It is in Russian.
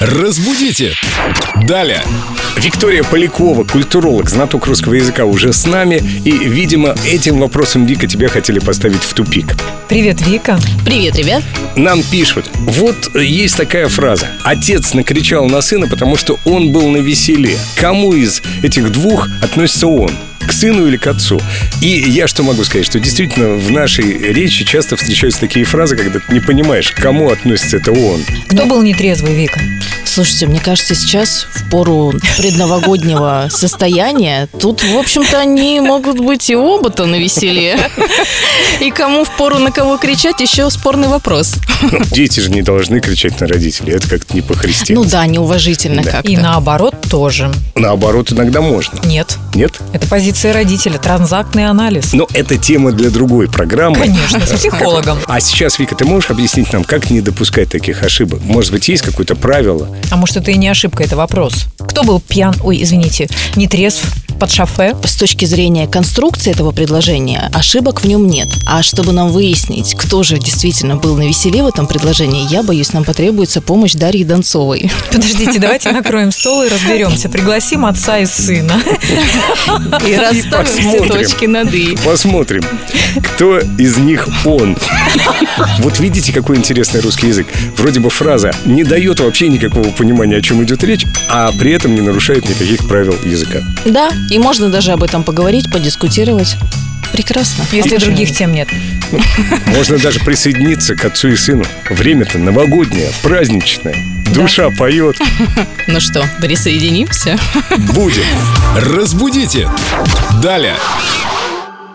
Разбудите! Далее! Виктория Полякова, культуролог, знаток русского языка уже с нами. И, видимо, этим вопросом, Вика, тебя хотели поставить в тупик. Привет, Вика. Привет, ребят. Нам пишут, вот есть такая фраза. Отец накричал на сына, потому что он был на веселе. Кому из этих двух относится он? К сыну или к отцу? И я что могу сказать, что действительно в нашей речи часто встречаются такие фразы, когда ты не понимаешь, к кому относится это он. Кто был нетрезвый, Вика? Слушайте, мне кажется, сейчас в пору предновогоднего состояния тут, в общем-то, они могут быть и оба-то на веселе. И кому в пору на кого кричать, еще спорный вопрос. Ну, Дети же не должны кричать на родителей, это как-то не по-христиански. Ну да, неуважительно Да. как-то. И наоборот тоже. Наоборот, иногда можно. Нет. Нет? Это позиция родителя, транзактный анализ. Но это тема для другой программы. Конечно, с психологом. А сейчас, Вика, ты можешь объяснить нам, как не допускать таких ошибок? Может быть, есть какое-то правило? А может, это и не ошибка, это вопрос. Кто был пьян, ой, извините, нетрезв под шофе? С точки зрения конструкции этого предложения, ошибок в нем нет. А чтобы нам выяснить, кто же действительно был на веселе в этом предложении, я боюсь, нам потребуется помощь Дарьи Донцовой. Подождите, давайте накроем стол и разберемся. Пригласим отца и сына. И расставим все посмотрим. точки над «и». Посмотрим, кто из них он. Вот видите, какой интересный русский язык. Вроде бы фраза не дает вообще никакого понимания, о чем идет речь, а при этом не нарушает никаких правил языка. Да, и можно даже об этом поговорить, подискутировать. Прекрасно. Если Отлично. других тем нет. Можно даже присоединиться к отцу и сыну. Время-то новогоднее, праздничное. Душа поет. Ну что, присоединимся? Будет. Разбудите! Далее!